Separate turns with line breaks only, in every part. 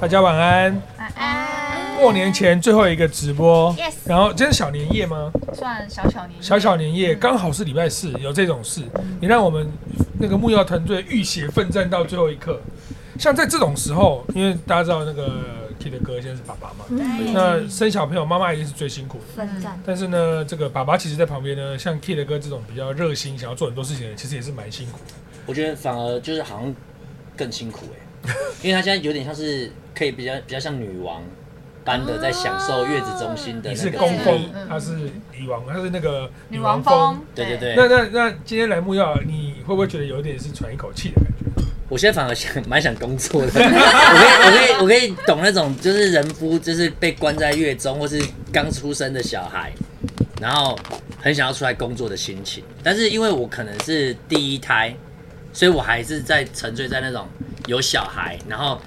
大家晚安。
晚安。
过年前最后一个直播
Yes
然后今天是小年夜吗？
算小小年夜，
小小年
嗯
夜刚好是礼拜四，有这种事，你让我们那个木曜团队浴血奋战到最后一刻。像在这种时候，因为大家知道那个 K 的哥现在是爸爸
嗯
嘛，
嗯
对
那生小朋友妈妈一定是最辛苦的。
奋战，
但是呢，这个爸爸其实在旁边呢，像 K 的哥这种比较热心、想要做很多事情的人，其实也是蛮辛苦的。
我觉得反而就是好像更辛苦 哎、因为他现在有点像是可以比较比较像女王般的在享受月子中心的
你
那
是
个
公
福利
公
嗯，
他是女王，他是那个
女王风，
对对对，
那那那今天来木曜，你会不会觉得有点是喘一口气的感觉？
我现在反而想蛮想工作的，我可以我可以我可以懂那种就是人夫就是被关在月中或是刚出生的小孩，然后很想要出来工作的心情。但是因为我可能是第一胎，所以我还是在沉醉在那种有小孩，然后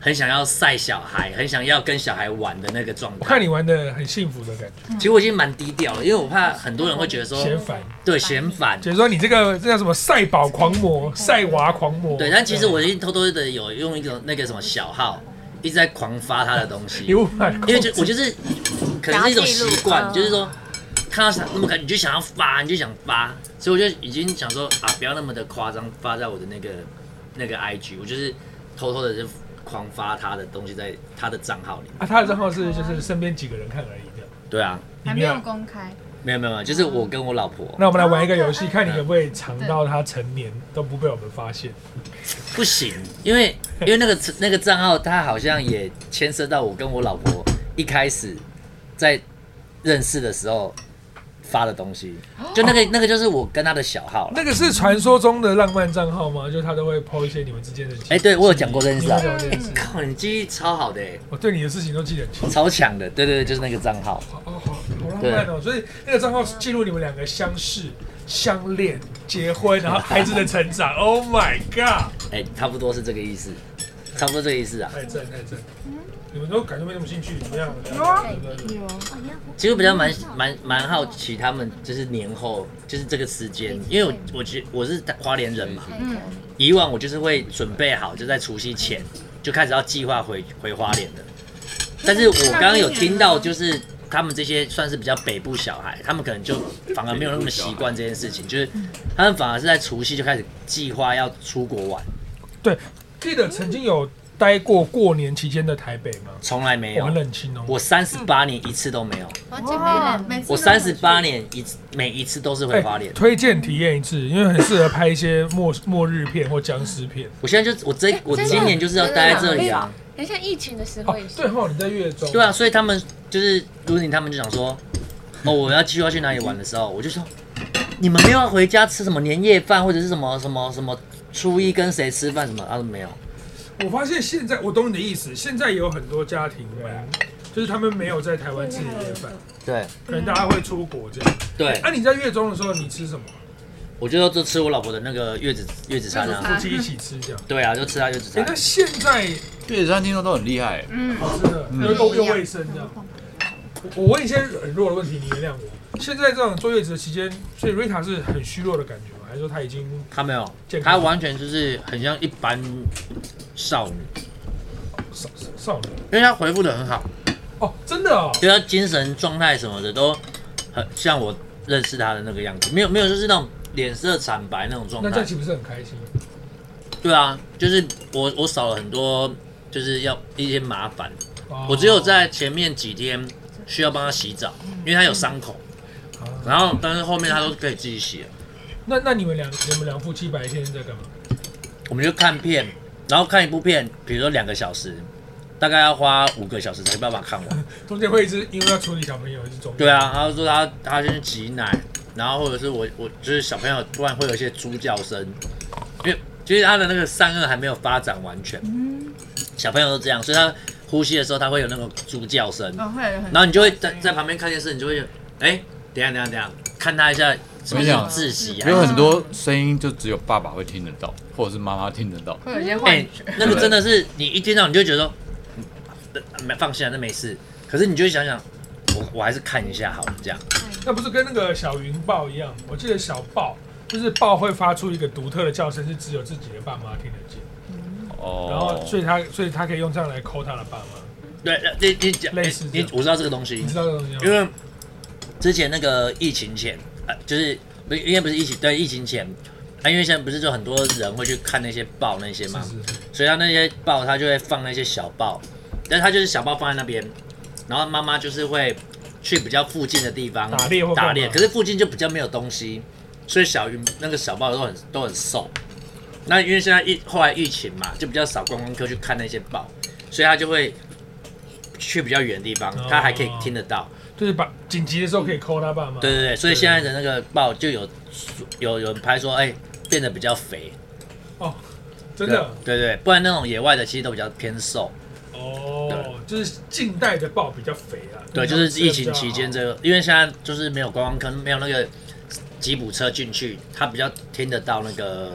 很想要晒小孩，很想要跟小孩玩的那个状
我看
态。
你玩的很幸福的感觉，
其实我已经蛮低调了，因为我怕很多人会觉得说
嫌烦。
对嫌烦，
就是说你这个这叫什么赛宝狂魔、赛娃狂魔？
对。但其 实我已经偷偷的有用一种那个什么小号，一直在狂发他的东西。
你无法控制
因为就我就是可能是一种习
想要记
惯，
录
就是说看到啥那么感，你就想要发，你就想发，所以我就已经想说啊，不要那么的夸张，发在我的那个那个 IG，我就是偷偷的就狂发他的东西在他的账号里。
啊，他的账号是就是身边几个人看而已的。
对啊，
还没有公开，
没有没有没有，就是我跟我老婆
那我们来玩一个游
哦
戏，看你可不可以藏到他成年都不被我们发现。
不行，因为因为那个那个账号他好像也牵涉到我跟我老婆一开始在认识的时候发的东西，就那个那个就是我跟他的小号了。
那个是传说中的浪漫账号吗？就是他都会 PO 一些你们之间的。
哎、对我有讲过这件事啊
你有讲过这。
哎、
件事
靠，你记忆超好的、欸，
我哦对你的事情都记得很清楚。
超强的，对对对，就是那个账号。
哦，好好浪漫哦！所以那个账号记录你们两个相识、相恋、结婚，然后孩子的成长。Oh my god！
哎、差不多是这个意思，差不多这个意思啊。
太正太正，你们都感觉没什么兴趣，怎么样？
其实我比较蛮蛮蛮好奇他们就是年后就是这个时间，因为我我觉我是花莲人嘛，
嗯，
以往我就是会准备好，就在除夕前就开始要计划回回花莲的。但是我刚刚有听到，就是他们这些算是比较北部小孩，他们可能就反而没有那么习惯这件事情，就是他们反而是在除夕就开始计划要出国玩，
对，Kid 曾经有待过过年期间的台北吗？
从来没
我很
有。
冷清哦。
我三十八年一次都没有，
我
哇，
没
每次
我三十八年一次每一次都是回花莲。
哎推荐体验一次，因为很适合拍一些末末日片或僵尸片。哦
我现在就我这我今年就是要待在这里啊，
很像疫情的时
哦
候也，是。
最后你在月中，
对啊，，所以他们就是如你他们就想说，哦，我要计划去哪里玩的时候，我就说，你们没有要回家吃什么年夜饭或者是什么什么什么初一跟谁吃饭什么啊没有，
我发现现在我懂你的意思，现在也有很多家庭们，就是他们没有在台湾吃年夜饭，
对
可能大家会出国这样。啊
对，
那、你在月中的时候，你吃什么？
我就就吃我老婆的那个月子月子餐啊，
夫妻一起吃这样。
对啊，就吃她月子
哎、
餐
那，现在
月子餐听说都很厉害，
好吃的又又又卫生这样。我我问一些很弱的问题，你原谅我。现在这种坐月子的期间，所以 Rita 是很虚弱的感觉吗？还是说她已经
她没有
健，康
她完全就是很像一般少女，
少少女？
因为她回复的很好，
哦，真的哦，
对她精神状态什么的都很像我认识她的那个样子，没有没有就是那种脸色惨白那种状
那这
态
样。岂不是很开心？
对啊，就是我我少了很多，就是要一些麻烦。
哦
我只有在前面几天需要帮他洗澡，因为他有伤口，
啊
然后但是后面他都可以自己洗了。
那那你们两你们两夫妻白天在干嘛？
我们就看片，然后看一部片，比如说两个小时，大概要花五个小时才有办法看完。
中间会一直因为要处理小朋友，一直中
对啊，他就说他他先去挤奶，然后或者是我我就是小朋友突然会有一些猪叫声，因为其实他的那个善恶还没有发展完全，
嗯
小朋友都这样，所以他呼吸的时候他会有那个猪叫声。
嗯，会有很
然后你就会在在旁边看电视，你就会哎、等一下等一下等一下，看他一下是不是有窒息还
有
是
很多声音就只有爸爸会听得到，或者是妈妈听得到。
会有一些
哎、
幻觉，
那个真的是你一听到你就觉得说嗯没放下那没事，可是你就会想想，我我还是看一下好了这样。
那不是跟那个小云豹一样？我记得小豹就是豹会发出一个独特的叫声，是只有自己的爸妈听得见。
哦，
然后所以他所以他可以用这样来抠他的爸妈，
对，你你讲，
类似这
你
样
我知道这个东西
你，知道这个东西吗？
因为之前那个疫情前，呃，就是不是应该不是疫情，对，疫情前，啊，因为现在不是就很多人会去看那些报那些嘛，
是是是
所以他那些报他就会放那些小报，但是他就是小报放在那边，然后妈妈就是会去比较附近的地方
打猎或干嘛
打猎，可是附近就比较没有东西，所以小鱼那个小报都很都很瘦。那因为现在疫后来疫情嘛，就比较少观光客去看那些报，所以他就会去比较远的地方
哦，
他还可以听得到。
就是把紧急的时候可以抠他爸妈。
对对对，所以现在的那个报就有有有人拍说，哎、变得比较肥。
哦，真的
对啊对对，不然那种野外的其实都比较偏瘦。
哦，就是近代的豹比较肥啊。
对，就是疫情期间
这
这个，因为现在就是没有观光坑，没有那个吉普车进去，他比较听得到那个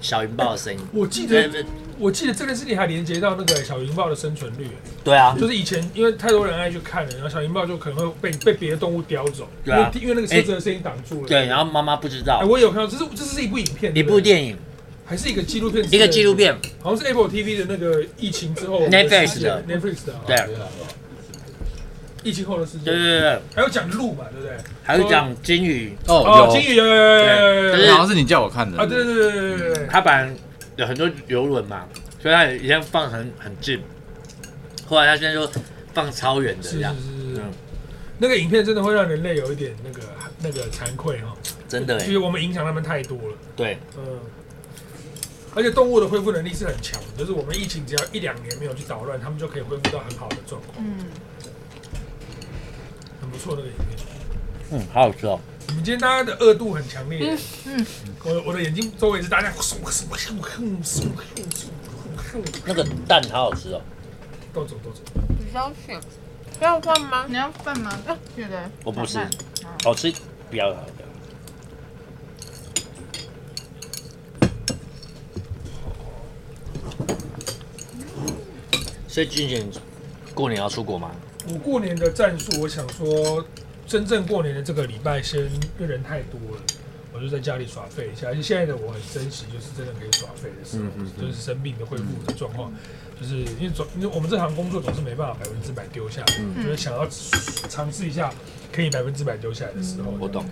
小云豹的声音。
哎我记
对
得我记得这件事情还连接到那个小云豹的生存率、
对啊，
就是以前因为太多人爱去看了，然后小云豹就可能会被被别的动物叼走，
对啊
因为因为那个车子的声音挡住了。
对，然后妈妈不知道
哎，我也有看到，这是这是一部影片，
一
对不
部
对
电影，
还是一个纪录片，
一个纪录，片，
好像是 Apple TV 的那个疫情之后
Netflix 的
Netflix 的啊
对
疫情后的世界，
对对对对，
还有讲鹿嘛，对不对？
还有讲金鱼，
哦，
哦
金鱼有有有有有有
对嗯
有
好像是你叫我看的
啊，对对对对对对，
他本来有很多游轮嘛，所以他以前放很很近，后来他现在就放超远的
是
这
是
样，
是是
嗯，
那个影片真的会让人类有一点那个那个惭愧哈，
真的
就
哎，
是我们影响他们太多了，
对，
嗯。而且动物的恢复能力是很强的，就是我们疫情只要一两年没有去捣乱，它们就可以恢复到很好的状况，
嗯，
很不错那个影片。
嗯，好好吃哦，
你们今天大家的恶度很强烈。
嗯
我我的眼睛周围是大家
那个蛋好好吃哦，
都走都走。
比较浅，要放吗？
你要饭吗？啊觉得
我不吃
好饭，
好吃，不要好的，所以俊俊过年要出国吗？
我过年的战术，我想说，真正过年的这个礼拜先，因为人太多了，我就在家里耍废一下。而且现在的我很珍惜，就是真的可以耍废的时
嗯
候，就是生病的恢复的状况，就是因为总因为我们这行工作总是没办法百分之百丢下，
嗯
就是想要尝试一下可以百分之百丢下来的时候，
嗯我懂。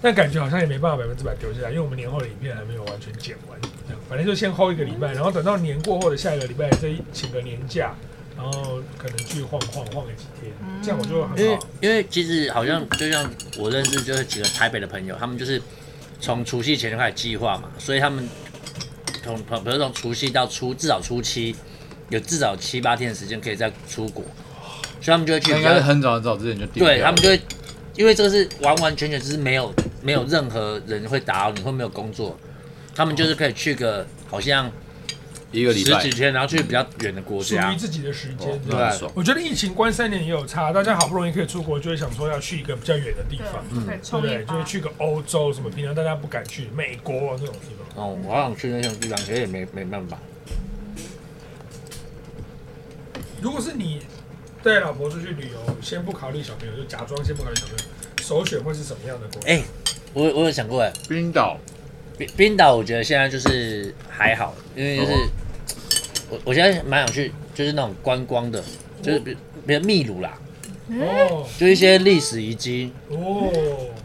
但感觉好像也没办法百分之百丢下来，因为我们年后的影片还没有完全剪完，这样反正就先 hold 一个礼拜，然后等到年过后的下一个礼拜再请个年假，然后可能去晃晃晃个几天，
嗯
这样我就很
因为
哦
好。
因为其实好像就像我认识就是几个台北的朋友，他们就是从除夕前就开始计划嘛，所以他们从从比如从除夕到初至少初七，有至少七八天的时间可以再出国，所以他们就会去
那
比
应该是
较
很早很早之前就定掉了。
对他们就会，因为这个是完完全全就是没有没有任何人会打扰你，会没有工作，他们就是可以去个好像
一个礼
十
拜
几，天，然后去比较远的国
属于
家，
自己的时间
哦，
这样
啊
那很爽。
我觉得疫情关三年也有差，大家好不容易可以出国，就会想说要去一个比较远的地
对
方，，
可以
对
冲
不
一
对？就是
发。
去个欧洲什么，平常大家不敢去，美国啊这种地方。
哦，我好想去那种地方，可是也没没办法。
如果是你带老婆出去旅游，先不考虑小朋友，就假装先不考虑小朋友，首选会是什么样的国家？
哎、我我有想过哎。
冰岛
冰冰岛，我觉得现在就是还好，因为就是、
哦
我我现在蛮想去，就是那种观光的，就是比比如秘鲁啦，
哎
哦
就一些历史遗迹，
哦，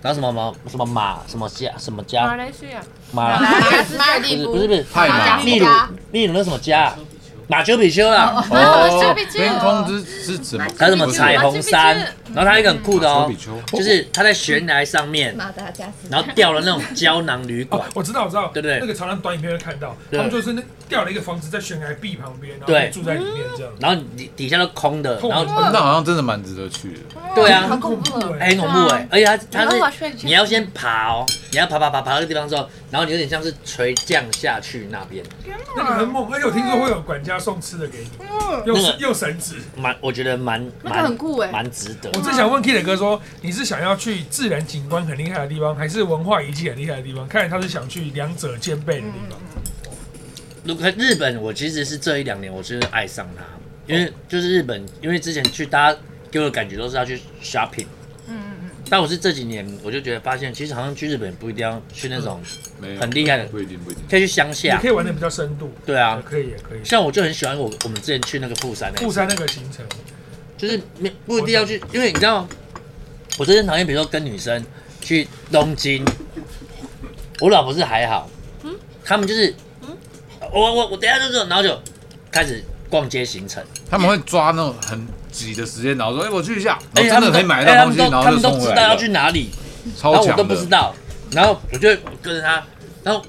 然后什么马什么马什么家什么
马
家
来西亚，
马
马来
马尔
不
地
是
夫，
不是不是
太马
秘鲁秘鲁那什么家啊，马丘比丘啊，
哦丘比丘
天空之之子嘛，
还有什么彩虹山
马丘比，
然后它有一个很酷的
丘
哦
比，丘，
就是它在悬崖上面，
马达加斯
然后掉了那种胶囊旅
哦
馆，，
我知道，我知道，
对不对
那个常常短影片会看到，他
对
们就是那掉了一个房子在悬崖壁旁边，然后
对
就住在里面这
嗯
样。
然后底底下都空的，然后
那好像真的蛮值得去的。
对啊，
好恐怖
欸
哦！
哎，很恐怖哎、而且它它
没办法
是
睡觉
你要先爬哦，你要爬爬爬爬到那个地方之后，然后你有点像是垂降下去那边，
那个很猛，而且我听说会有管家送吃的给你，
嗯
用
那个
用绳子。
蛮我觉得蛮
那个
蛮
很酷哎，
蛮值得。
我正想问 Kid 哥说，你是想要去自然景观很厉害的地方，还是文化遗迹很厉害的地方？看来他是想去两者兼备的地方。
嗯如果日本，我其实是这一两年我就是爱上它，因为就是日本，因为之前去大家给我的感觉都是要去 shopping，
嗯嗯嗯，
但我是这几年我就觉得发现，其实好像去日本不一定要去那种，
没有
很厉害的
不一定不一定。
可以去乡
也
下
可。以玩的比较深度。
对啊，
可以也可以。
像我就很喜欢我我们之前去那个富山那
富
个，
山那个行程，
就是没不一定要去，因为你知道，我真的很讨厌，比如说跟女生去东京，我老婆是还好，他们就是，我我我等一下就走，然后就开始逛街行程。
他们会抓那种很挤的时间，然后说：“哎，我去一下。”
哎，
然后真的可以买得到东西，
他
然
们都
后
他
就
们都
送
知
回
道
来
要
了
去，哪里，然
超
后我
强
都不知
的。
道，然后我就跟着他，然后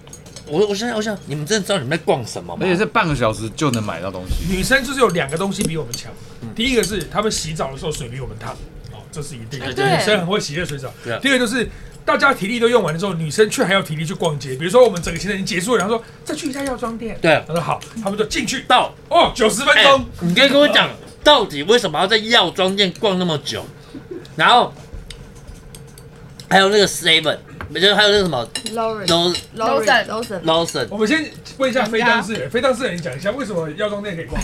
我我现在我想你们真的知道你们在逛什么吗？
而且是半个小时就能买到东西，
女生就是有两个东西比我们强。
嗯
第一个是她们洗澡的时候水比我们烫，哦，这是一定的。
对
哎
女生很会洗热水澡
对啊。
第二个就是大家体力都用完了之后，女生却还有体力去逛街。比如说我们整个行程结束了，然后说再去一家药妆店。
对
他说好，他们就进去
嗯到
哦，九十分
哎
钟。
你可以跟我讲，到底为什么要在药妆店逛那么久？然后还有那个 Seven，就是还有那个什么
Lauren
Lo
Lauren
Lawson，
Lawson，
我们先问一下飞当
哎
事人，飞当事人你讲一下为什么药妆店可以逛？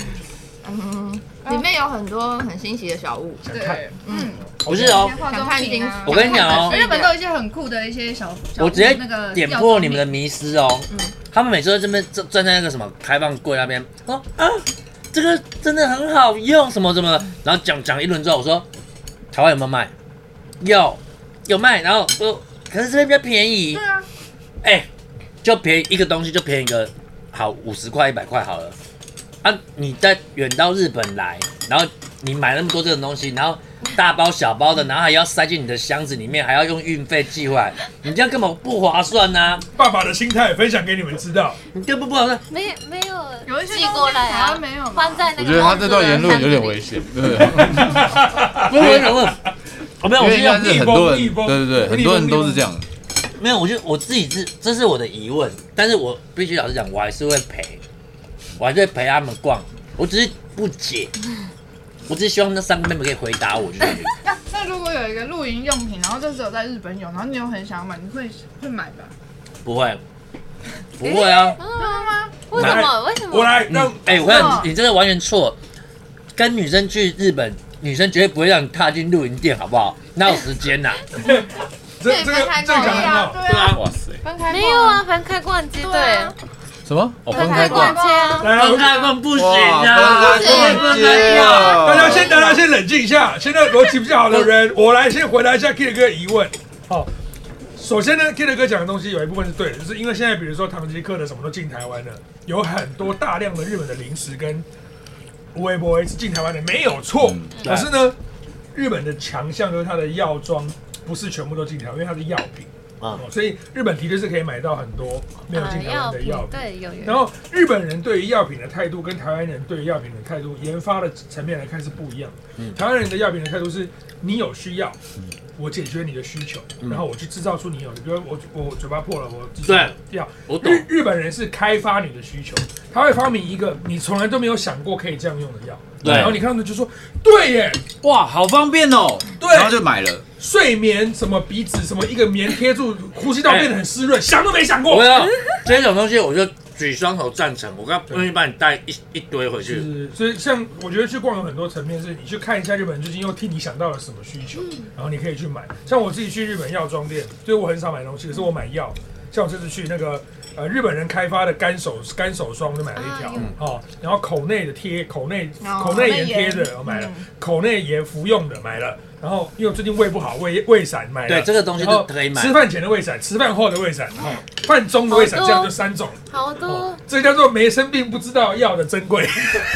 嗯
里面有很多很新奇的小物，
想看
对，
嗯，
不是哦，
化
想
妆
看
品啊
金
我跟你讲哦
日本都有一些很酷的一些小，小
我直接
那个
点
药
破
妆
你们的
品嗯
迷思哦。他们每次都在这边站站在那个什么开放柜那边，哦啊，这个真的很好用，什么什么的。然后讲讲一轮之后，我说台湾有没有卖？有，有卖。然后我可是这边比较便宜。对啊。哎、就便宜一个东西就便宜个好五十块一百块好了。啊，你在远到日本来，然后你买那么多这种东西，然后大包小包的，然后还要塞进你的箱子里面，还要用运费寄回来，你这样根本不划算呐、
爸爸的心态分享给你们知道。
你这不不划算。
没没有，
有一些
寄过来
东西台
啊
湾没有，嘛
放在那
我觉
个。
得他这段言论有点危。险，对不对？
不是我想问，哦我没有，
因
我
为
是
应
要
该是很多人，对对对，很多人都是这样。
没有，我就我自己是这是我的疑问，但是我必须老实讲，我还是会陪，我还是会陪他们逛，我只是不解，我只是希望那三个妹妹可以回答我， 就是
那那如果有一个露营用品，然后这只有在日本有，然后你又很想买，你会会买吧？
不会，不会啊。
真的吗？
为什么？为什
我
么？
来
那
让
哎、我跟你讲你真的完全错，跟女生去日本，女生绝对不会让你踏进露营店，好不好？哪有时间啊呐、
这这个这个讲的
对
很好。
啊，对啊，
哇塞，
分开
没有啊，分开逛街，
对啊
对，
什么？哦，分
分
开
开
逛
逛，街啊。
来，
分开逛不行啊，
分开逛街啊！
大家先，大家先冷静一下。现在逻辑比较好的人，我来先回答一下 Kid 哥的疑问。好，首先呢，Kid 哥讲的东西有一部分是对的，就是因为现在比如说唐吉诃德什么都进台湾了，有很多大量的日本的零食跟无为博是进台湾的，没有错
嗯。
对
可是呢，日本的强项就是它的药妆不是全部都进台湾，因为它是药品。
嗯
哦，所以日本的确是可以买到很多没有进台湾的啊药品。
对，有
然
有。
后日本人对于药品的态度跟台湾人对于药品的态度，研发的层面来看是不一样的。
嗯
台湾人的药品的态度是，你有需要，我解决你的需求，
嗯
然后我去制造出你有的，比如我我嘴巴破了，我制造药。
我懂
日。日本人是开发你的需求，他会发明一个你从来都没有想过可以这样用的药，
对
然后你看到就说，对耶，
哇，好方便哦。
对，
然后就买了，
睡眠什么鼻子什么一个棉贴住，呼吸道变得很湿润，想都没想过
我。要这种东西，我就举双手赞成。我刚不愿意帮你带一一堆回去。
是，所以像我觉得去逛有很多层面，是你去看一下日本最近又替你想到了什么需求，然后你可以去买。像我自己去日本药妆店，所以我很少买东西，可是我买药。像我这次去那个呃日本人开发的干手干手霜，我就买了一条
啊
哦，然后口内的贴口内
哦
口内炎贴的我买了，口内炎服用的买了，然后因为我最近胃不好，胃胃散买了。
对，这个东西
然后
都可以买
吃。饭前的胃散，吃饭后的胃散，然后饭中的胃散，
好
这
多
样就三种。
好
哦
多，
这叫做没生病不知道药的珍贵。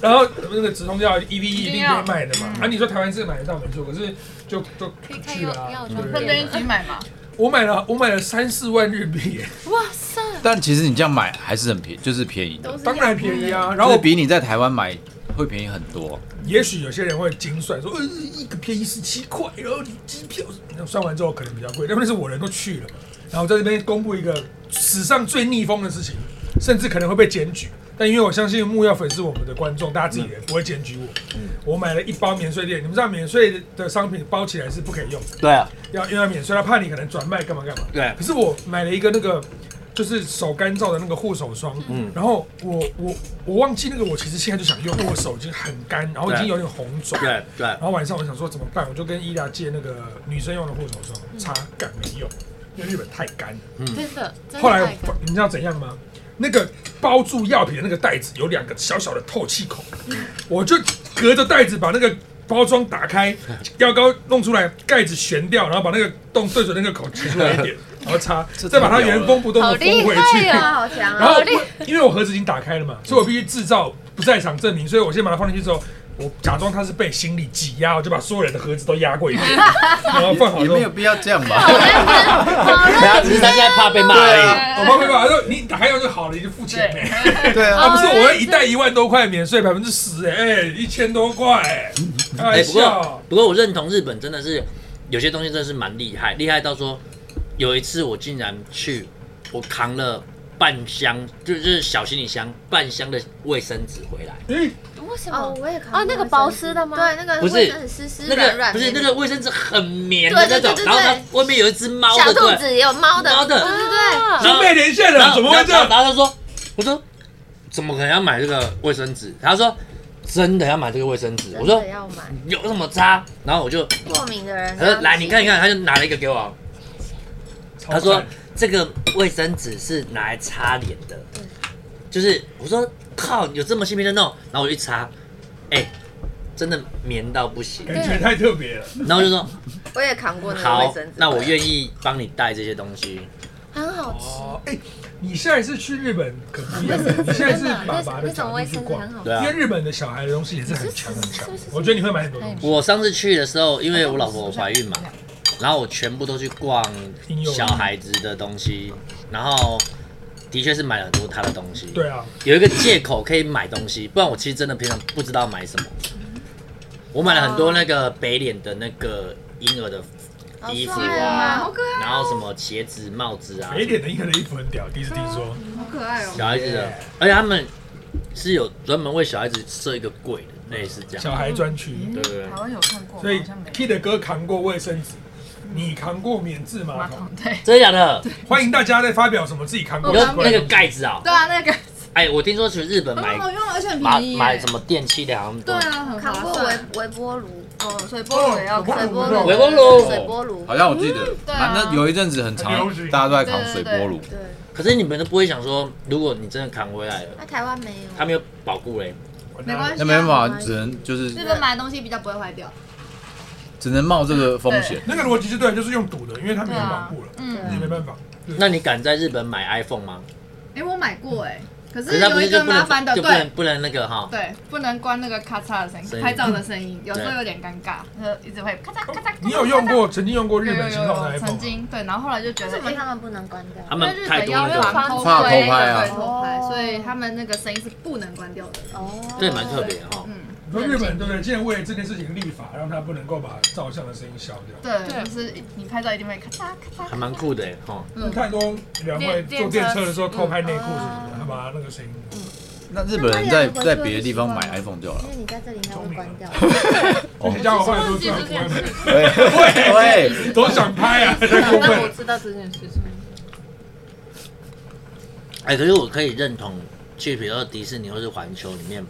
然后那个止痛药 EV 一定可以卖的嘛，啊，你说台湾是买得到没错，可是就就
嗯可以看
去
药
了啊
药妆
对
那就一起买嘛。
我买了我买了三四万日币耶，
哇塞！
但其实你这样买还是很便宜，就是便宜的，
当然便宜
嗯
啊。然
然后
后
比你在台湾买会便宜很多。
也许有些人会精算说，呃，一个便宜十七块，然后你机票那算完之后可能比较贵，但问题是我人都去了嘛，然后在这边公布一个史上最逆风的事情，甚至可能会被检举。但因为我相信木曜粉丝我们的观众，大家自己也不会检举我。我买了一包免税店，你们知道免税的商品包起来是不可以用的，
对啊，
要因为要免税，他怕你可能转卖干嘛干嘛。
对
可是我买了一个那个就是手干燥的那个护手霜，嗯，然后我我我忘记那个，我其实现在就想用，因为我手已经很干，然后已经有点红肿，
对对
然，后晚上我想说怎么办，我就跟伊达借那个女生用的护手霜擦，干没用，因为日本太干了。
真的，真的
嗯后来
太干
我你知道怎样吗？那个包住药品的那个袋子有两个小小的透气孔，我就隔着袋子把那个包装打开，药膏弄出来，盖子旋掉，然后把那个洞对准那个口挤出来一点，然后擦，再把它原封不动
好
的
厉
封回去。
害啊！
好强
然后
啊！
我因为我盒子已经打开了嘛，所以我必须制造不在场证明，所以我先把它放进去之后。我假装它是被行李挤压，我就把所有人的盒子都压过一遍，然后放好
也
之后
没，有必要这样吧？
他只是他现在怕被骂而
啊
已。
我妈会把她说你打开药就好了，你就付钱呗。
欸
对啊，
啊，不是，
哎
我要一袋一万多块，免税百分之十，哎，一千多块，哎开
哎、
玩
不
笑
过。不过我认同日本真的是有些东西真的是蛮厉害，厉害到说有一次我竟然去，我扛了半箱，就就是小行李箱半箱的卫生纸回来。
哎，
为什
哦
么，？
我也看过
哦那个保湿的吗
对，那个
不是
卫生纸湿湿
那
软
个
软
不
的，
是那个卫生纸很绵的
对对
那种，
对对
然后它
对
外面有一只猫
小
的，
兔
对，
子也有猫的，嗯
猫的
对对对。
啊
是被连线
然
了，
后
哎怎么会这
然后
样？
然后他说，我说怎么可能要买这个卫生纸？他说真的要买这个卫生纸。我
真
说
的要买
有什么差？然后我就
过敏的人，
他说呃来你看一看，他就拿了一个给我，
嗯
他说这个卫生纸是拿来擦脸的，就是我说靠，有这么细密的弄，然后我一擦，哎、真的棉到不行，
感觉太特别了，
然后我就说
我也扛过那嗯个卫
好
生纸，，
那我愿意帮你带这些东西，
很好吃，
哦，哎，你下一次去日本可不一样，你下一
真
次
的，
爸
那
爸
那
的
种
角
卫
度去
生纸
逛
很，好吃。
对
因
啊
为。日本的小孩的东西也是很强很强
是是，是
我觉得你会买很多东西。
我上次去的时候，因为我老婆怀孕嘛，
啊
然后我全部都去逛小孩子的东西，然后的确是买了很多她的东西。
对啊，
有一个借口可以买东西，不然我其实真的平常不知道买什么。我买了很多那个北脸的那个婴儿的衣服
帅啊
啊
好，可爱，
然后什么鞋子、帽子啊，
北点的婴儿的衣服很屌，第一次听说。
好可爱哦。
小孩子的
Yeah，
而且他们是有专门为小孩子设一个柜的，类似这
小
样。
孩专区，
对对对
台湾有看过吗，
所以
嗯好像没有。
Kid 哥扛过卫生纸，你扛过免治马
马
桶
桶，对
真的假的？
欢迎大家在发表什么自己扛过
你
的
说
怪
那个
东西
盖子啊？
对啊，那个
哎，我听说去日本买
很好用，而且很
买
便宜。
买什？么电器的，好像都
对啊，很
扛
划
过微
算。
微波炉，哦，水波炉也要
哦
水波
微波炉
水波炉，
好像我
嗯
记得，
对啊
反正有一阵子很长
很流行，
大家都在扛水波炉。
对，
可是你们都不会想说，如果你真的扛回来了，
那台湾没有，
他没有保护嘞，
没关系啊，
那没办法，只能就是
日本买的东西比较不会坏掉，
只能冒这个风险。
那个逻辑是对的，就是用赌的，因为他没有保护了，
嗯，
你没办法。
那你敢在日本买 iPhone 吗？
哎，我买过哎，可
可是
是
它不
有
是
一
就
个
不
麻
能
烦的，
就不能
对
不能那个哈，
对，不能关那个咔嚓的声
声
音，
音
拍照的声音，有时候
对
有点尴尬，呃，一直会咔嚓咔嚓咔嚓。
你有用过，曾经用过日
有有
本型号的
有，曾
iPhone 吗？
经对，然后后来就觉
为
得
什么
哎
他们不能关掉？
他
因
们
为日
太
本
多
要
那
防
个，
防
偷
怕偷
窥
拍啊
对偷拍，
哦
所以他们那个声音是不能关掉的。
哦，
对，蛮特别的哈。
嗯，
你说日本对不对？竟然为了这件事情立法，让他不能够把照相的声音消掉。
对，就是你拍照一定会咔嚓咔嚓。
还蛮酷的哎哈，
嗯
因为太多人会坐电车的时候偷拍内裤什么
哦
的，他把那个声音。
嗯
那日本人在在别的地方买 iPhone 就好
因
了。
为你在这里应该会关掉。
你叫我换都转不会买，
对对，
多想拍 啊！太过
那
分
我。知道这件事情。
哎，可是我可以认同去比如说迪士尼或是环球里面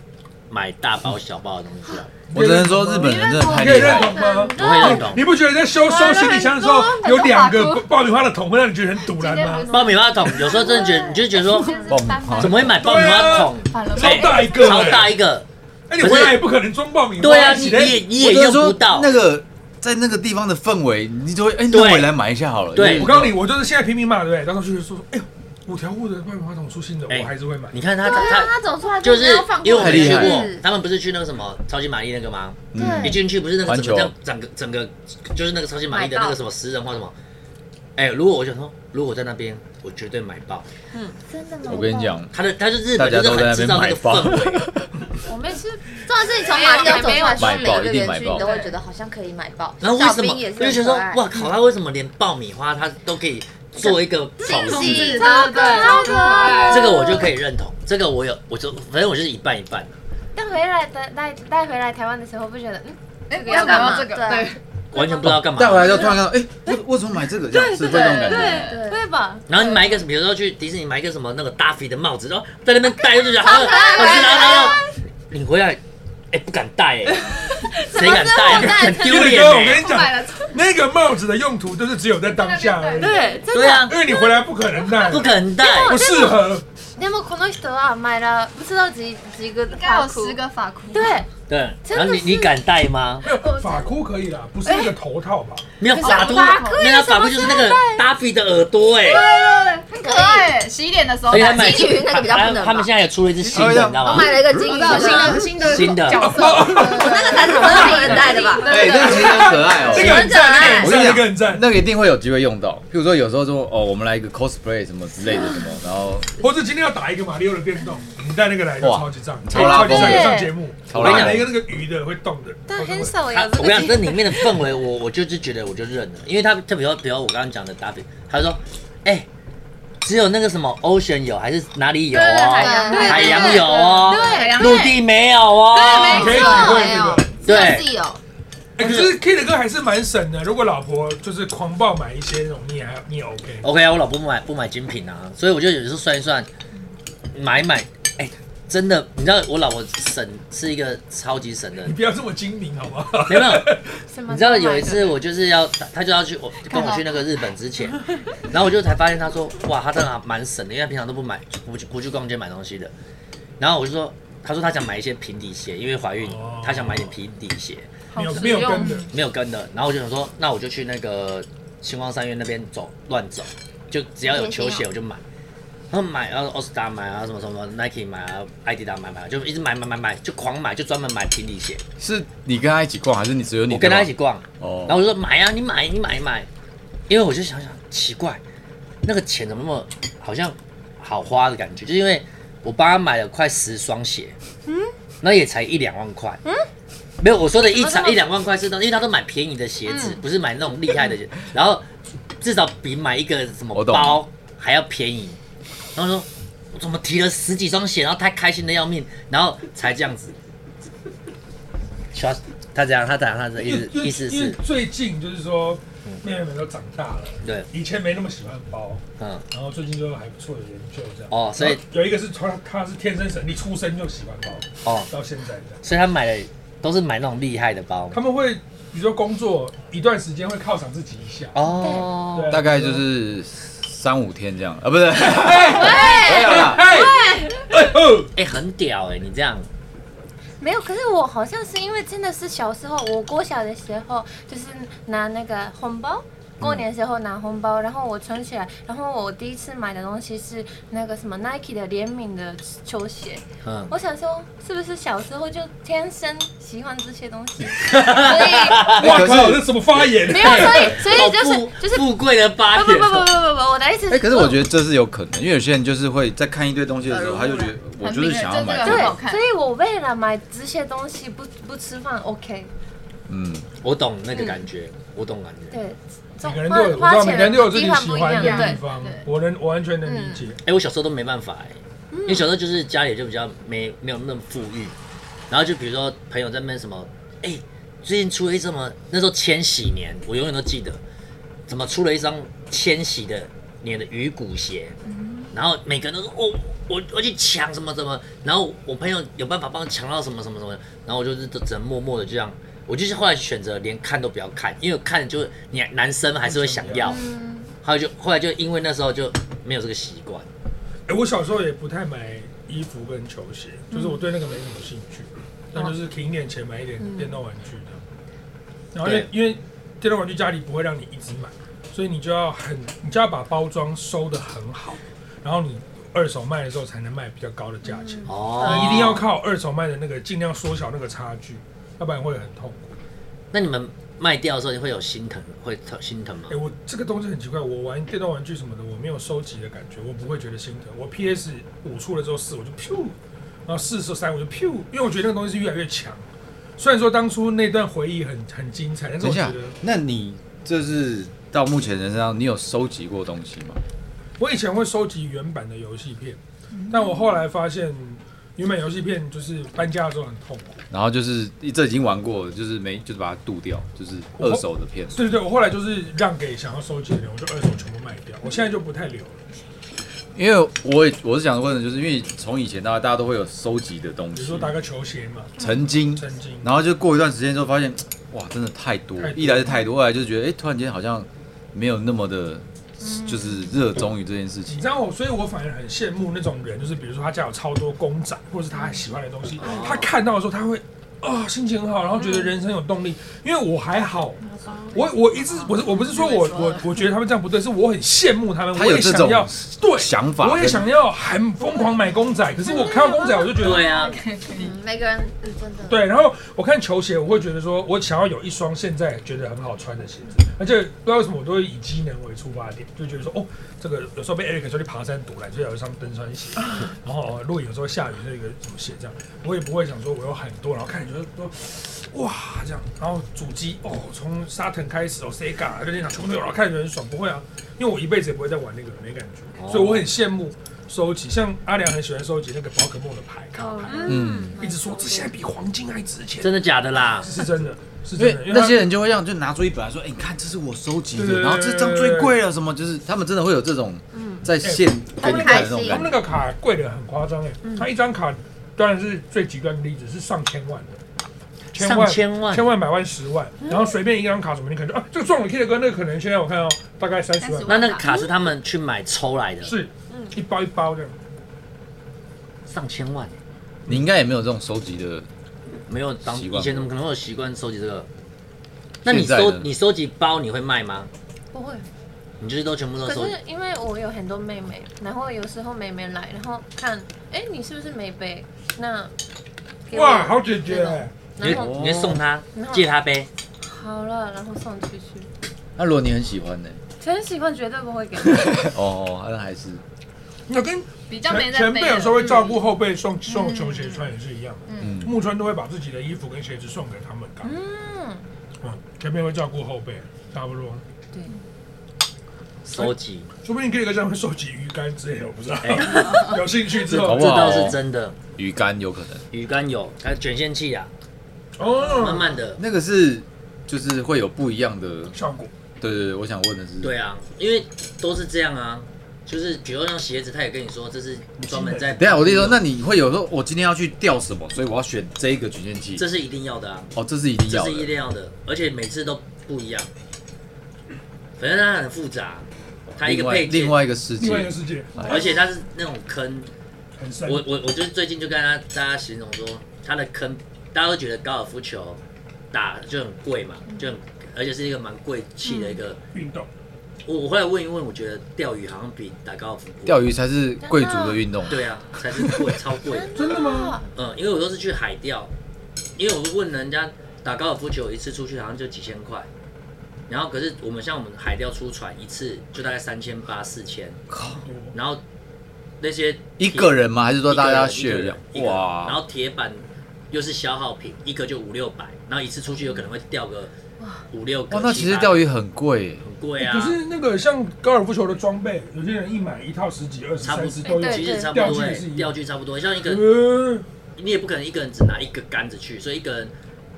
买大包小包的东西啊，
我只能说日本人真的太
你可以
厉
认
害
同
了。
吗？
我会
嗯
认同。
你不觉得在收收行李箱的时候，有两个爆米花的桶会让你觉得很堵然吗？
爆米花桶有时候真的觉得，你就觉 得说
爆啊米花
怎么会买爆米花桶？哎
超大一个，
超大一个，
啊哎，你回来也不可能装爆米花。
对啊，你你也你也
我只能
用
说
不到
那。个在那个地方的氛围，你就会哎，那
对
我也来买一下好了。
对
我告诉你，我就是现在拼命骂，对不对？到时候就是说，哎呦，五条悟的爆米花桶出新的，
哎
我还是会买。
你看他他
啊他走出来
就是因为我们
太厉
去
害
过，他们不是去那个什么超级玛丽那个吗？一
嗯
对
进去不是那个
环
整
球
个整个整个就是那个超级玛丽的
买爆
那个什么食人花什么？哎、如果我想说，如果我在那边，我绝对买爆。
真的吗？
我跟你，讲，
他的他就日
大
本
家
就是
都在
很
那
知
边
道那
买
个
爆，
氛 围，
我们是
重点是你从马里奥走出来，去每一个园区，你都
买爆
会觉得好像可以买爆。
然后为
小
什么
兵也是
我就觉
很
得说
可爱，
哇靠，他为什么连爆米花他都可以做一个
惊
手
喜
势？
对
对对，超可爱
这个我就可以认同，这个我有，我就反正我就是一半一半。
但回来带带带回来台湾的时候，不觉得嗯，
哎，不要讲到这个，
对
对，
完全不知道干嘛。
带回来就突然看到，哎，我我怎么买这个？这样是会这种感觉。
对对吧？
然后你买一个，比如说去迪士尼买一个什么那个达菲的帽子，然后在那边戴，就觉得好恶好然后然后领回来，哎，不敢戴，哎，谁敢戴？很丢
那
脸
个我跟
哎。
你讲， 那个帽子的用途都是只有在当下而已，
对，真
对
的。
啊，
因为你回来不可能戴，
不肯戴。
不适合。
でもこの人は买了不知道几几个
应该有
发箍
十，个法箍。
对，
对，
真的
然后你
是
你敢戴吗？
没有法箍可以啦，不是那个头套吧？
没有法
哦
都，
法
没有法都就是那个达菲的耳朵，哎，
很可爱，洗脸的时候
而且他买
啊金鱼那个比较不能吧
他们现在也出了一只新的，你知道
哦
吗？
我买了一个金
我
鱼
知，道新的新的
新的
角色，
那个才是真的很戴的吧？
哎，那个其实很可爱哦。
这个很赞，
我
那个很赞，那
跟你讲
个很赞，
那个一定会有机会用到。譬如说，有时候说哦，我们来一个 cosplay 什么之类的什么，然后
或者今天要打一个马里奥的电动，你带那个来就
哇
超级赞，
超拉
超级赞
风
上节目。
超
我
拉
跟
风
你讲，一个那个鱼的会动的，
但很
我
少有
他
这
我
个
跟你讲，哎这
机
里面的氛围，我我就是觉得我就认了，因为他特别比如我刚刚讲的打比，他说，哎、只有那个什么 ocean 有还是哪里 有
对海
哦，
洋
对
海洋有哦，
海洋
陆地没有哦，
你可以体会这个。
对
是有，
哎可是 K 的歌还是蛮省的，如果老婆就是狂暴买一些那种，你也还你也 OK。
OK 啊，我老婆不买不买精品啊，所以我就有时候算一算，买一买，哎、真的，你知道我老婆省是一个超级省的人
你，不要这么精明好不好？
没有没有。
什么
你知道有一次我就是要，他就要去我跟我去那个日本之前，然后我就才发现他说，哇，他真的蛮省的，因为他平常都不买，不去不去逛街买东西的。然后我就说，他说他想买一些平底鞋，因为怀孕
哦，
他想买一点平底鞋，
没有
好
没有
实用
跟的，
没有跟的。然后我就想说，那我就去那个星光三月那边走乱走，就只要有球鞋我就买。然后买，然后 o s t a 买啊，什么什么 Nike 买啊，艾迪达买买，就一直买买买买，就狂买，就专门买平底鞋。
是你跟他一起逛，还是你只有你
我跟他一起逛，
哦
然后我就说买啊，你买，你买买，因为我就想想奇怪，那个钱怎么那么好像好花的感觉，就是因为我帮他买了快十双鞋，嗯，那也才一两万块，嗯，没有我说的一场一两万块是那，因为他都买便宜的鞋子，不是买那种厉害 的鞋，然后至少比买一个什么
我懂
包还要便宜，然后说我怎么提了十几双鞋，然后他开心的要命，然后才这样子。小他这样，他这样，他的意
因为因
思
为
意思
因为
是，
最近就是说，妹妹们都长大了，
对，
以前没那么喜欢包，
嗯，
然后最近就还不错的研究这样。
哦所以
然后有一个是从他是天生神力，出生就喜欢包，
哦，
到现在这样。
所以他买的都是买那种厉害的包
他们会比如说工作一段时间会犒赏自己一下，
哦，
对啊
大概就。是三五天这样啊，不 是，没有啦。
哎哎哦，
哎、很屌哎、你这样，
没有，可是我好像是因为真的是小时候，我国小的时候就是拿那个红包，过年的时候拿红包，然后我存起来，然后我第一次买的东西是那个什么 Nike 的联名的球鞋，
嗯，
我想说是不是小时候就天生喜欢这些东 西，所以
哇靠，这什么发言？
没有，哦所以所以就
好
是
哦富
就是不
富贵的八
不不不不不不，我的意思
哎，可是我觉得
得。
这是有可能，因为有些人就是会在看一堆东西的时候，他就觉得我就是想要买
很明显就
这
对
这个
个，
好看，
所以我为了买这些东西不不吃饭，OK，
嗯，
我懂那个感
嗯
觉，我懂感觉。哎、
对，
每个人都有，我知道每个人都有自己喜欢
地方不一样
的地
嗯
对
方
对，
我能我完全能理解。
我小时候都没办法哎、因为小时候就是家里就比较没没有那么富裕，然后就比如说朋友在那边什么，哎、最近出了一什么，那时候千禧年，我永远都记得，怎么出了一双千禧的年的鱼骨鞋，然后每个人都说哦，我我去抢什么什么，然后我朋友有办法帮我抢到什么什么什么，然后我就是只能默默的这样，我就是后来选择连看都不要看，因为看了就你男生还是会想要，后来就后来就因为那时候就没有这个习惯，
哎、我小时候也不太买衣服跟球鞋，就是我对那个没什么兴趣，那、就是停点前买一点电动玩具的。然后因为
对
因为电动玩具家里不会让你一直买，所以你就要很你就要把包装收的很好，然后你二手卖的时候才能卖比较高的价钱。呃
哦
那一定要靠二手卖的那个尽量缩小那个差距，要不然会很痛苦。
那你们卖掉的时候，你会有心疼，会疼心疼吗
哎、？我这个东西很奇怪，我玩电动玩具什么的，我没有收集的感觉，我不会觉得心疼。我 PS 五出了之后四，我就 p 然后四十三我就 p 因为我觉得那个东西是越来越强。虽然说当初那段回忆很很精彩，但是
等
我
一
觉
下
得，
那你就是到目前人生上，你有收集过东西吗？
我以前会收集原版的游戏片，但我后来发现原本游戏片就是搬家的时候很痛苦。
然后就是这已经玩过了，就是没就是把它渡掉，就是二手的片。
对对对，我后来就是让给想要收集的人，我就二手全部卖掉。我现在就不太留了。
因为我也我是想问的，就是因为从以前到大家都会有收集的东
比如
西
说，打个球鞋嘛，
曾经，
曾经，
然后就过一段时间之后发现，哇，真的太多
太，多
一来是太多，二来就觉得哎、突然间好像没有那么的，就是热衷于这件事
你
情。
知道我，所以我反而很羡慕那种人，就是比如说他家有超多公仔，或者是他喜欢的东西，他看到的时候他会啊、心情很好，然后觉得人生有动力。因为我还好，我我一直我是我不是说我我我觉得他们这样不对，是我很羡慕他们，
他
我
有
也
这
想
种
要对
想法
我也
跟嗯
想要很疯狂买公仔，可是我看到公仔我就觉得
对啊，
每个人嗯真的
对，然后我看球鞋，我会觉得说，我想要有一双现在觉得很好穿的鞋子，而且不知道为什么我都会以机能为出发点，就觉得说，哦，这个有时候被 Eric 说去爬山堵了，就要有一双登山鞋，然后露营有时候下雨那个什么鞋这样，我也不会想说我有很多，然后看你觉得说，哇哦这样，然后主机哦，从沙腾开始哦，Sega 任天堂全部都有，然后看着很爽，不会啊，因为我一辈子也不会再玩那个，没感觉，所以我很羡慕。收集像阿良很喜欢收集那个宝可梦的牌卡牌，
嗯，
一直说这现在比黄金还值钱，
真的假的啦？
是真的，是
因
真
为
的，因为
那
他
些人就会让就拿出一本来说，哎、你看这是我收集
对
的，
对
然后这张最贵了什么，就是他们真的会有这种在线给你看的那种
他
感
们那。
觉
个卡贵的很夸张哎，他一张卡当然是最极端的例子是上千万的，千
上
万。
千万，
千万、百万、十万，然后随便一张卡什么，你可能就啊，这个撞了 K 的歌，那个可能现在我看哦，大概三十万，
那那个卡是他们去买抽来的，
是一包一包的，
上千万，
你应该也没有这种收集的，
没有当
习惯
以前怎么可能会有习惯收集这个？那你
现在
收
呢
你收集包你会卖吗？
不会。
你就是都全部都
可
收集
是因为我有很多妹妹，然后有时候妹妹来，然后看，哎、你是不是美杯？那给我
哇，好姐姐哎，
你
然
就
后
你就送他
然后
借他呗，
好了，然后送出去。
那如果你很喜欢呢、
全喜欢绝对不会给，
哦，那还是
那跟
比较没
前
在
前
背
辈
了
有时候会照顾后辈，送送球鞋穿也是一样的，
嗯，
木村都会把自己的衣服跟鞋子送给他们的，
嗯，
嗯，前辈会照顾后辈，差不多，
收集，
说不定可以在上面收集鱼竿之类的，我不知道。 有兴趣之
搞
后
不
这
哎好，
倒是真的。
鱼竿有可能。
鱼竿有，还有卷线器啊，慢
哦，
慢的，
那个是就是会有不一样的，
效果
对对对，我想问的是，
对啊，因为都是这样啊，就是比如像鞋子，他也跟你说这是专门在，
等一下我弟说，那你会有说，我今天要去钓什么，所以我要选这一个局限器。
这是一定要的啊，
哦，这是一定
这
要
是一
的。
定要的，而且每次都不一样，反正它很复杂，它一
另
个
外
配件，
另外一个世
另外一个
界，
世界
而且它是那种坑，
很深。
我我我就是最近就跟大家大家形容说，它的坑，大家都觉得高尔夫球打就很贵嘛，就很而且是一个蛮贵气的一个。
运动
我我后来问一问，我觉得钓鱼好像比打高尔夫贵。
钓鱼才是贵族的运动。
对啊，才是贵，超贵的。
真的吗？
嗯，因为我都是去海钓，因为我问人家打高尔夫球一次出去好像就几千块，然后可是我们像我们海钓出船一次就大概三千八四千，
好多
然后那些
一个人吗？还是说大家
一个人一
血
个人一
量？
个人然
哇，
后铁板又是消耗品，一个就五六百，然后一次出去有可能会钓个五六个。
哇，那
七
其实
八
钓
个
鱼很贵耶。
很贵
可
啊，
是那个像高尔夫球的装备，有些人一买一套十几、二十、
差不
三十都
多，
有。
其实差不
哎钓
多
具
欸
也是一，样
钓具差不多，像一个
呃，
你也不可能一个人只拿一个杆子去，所以一个人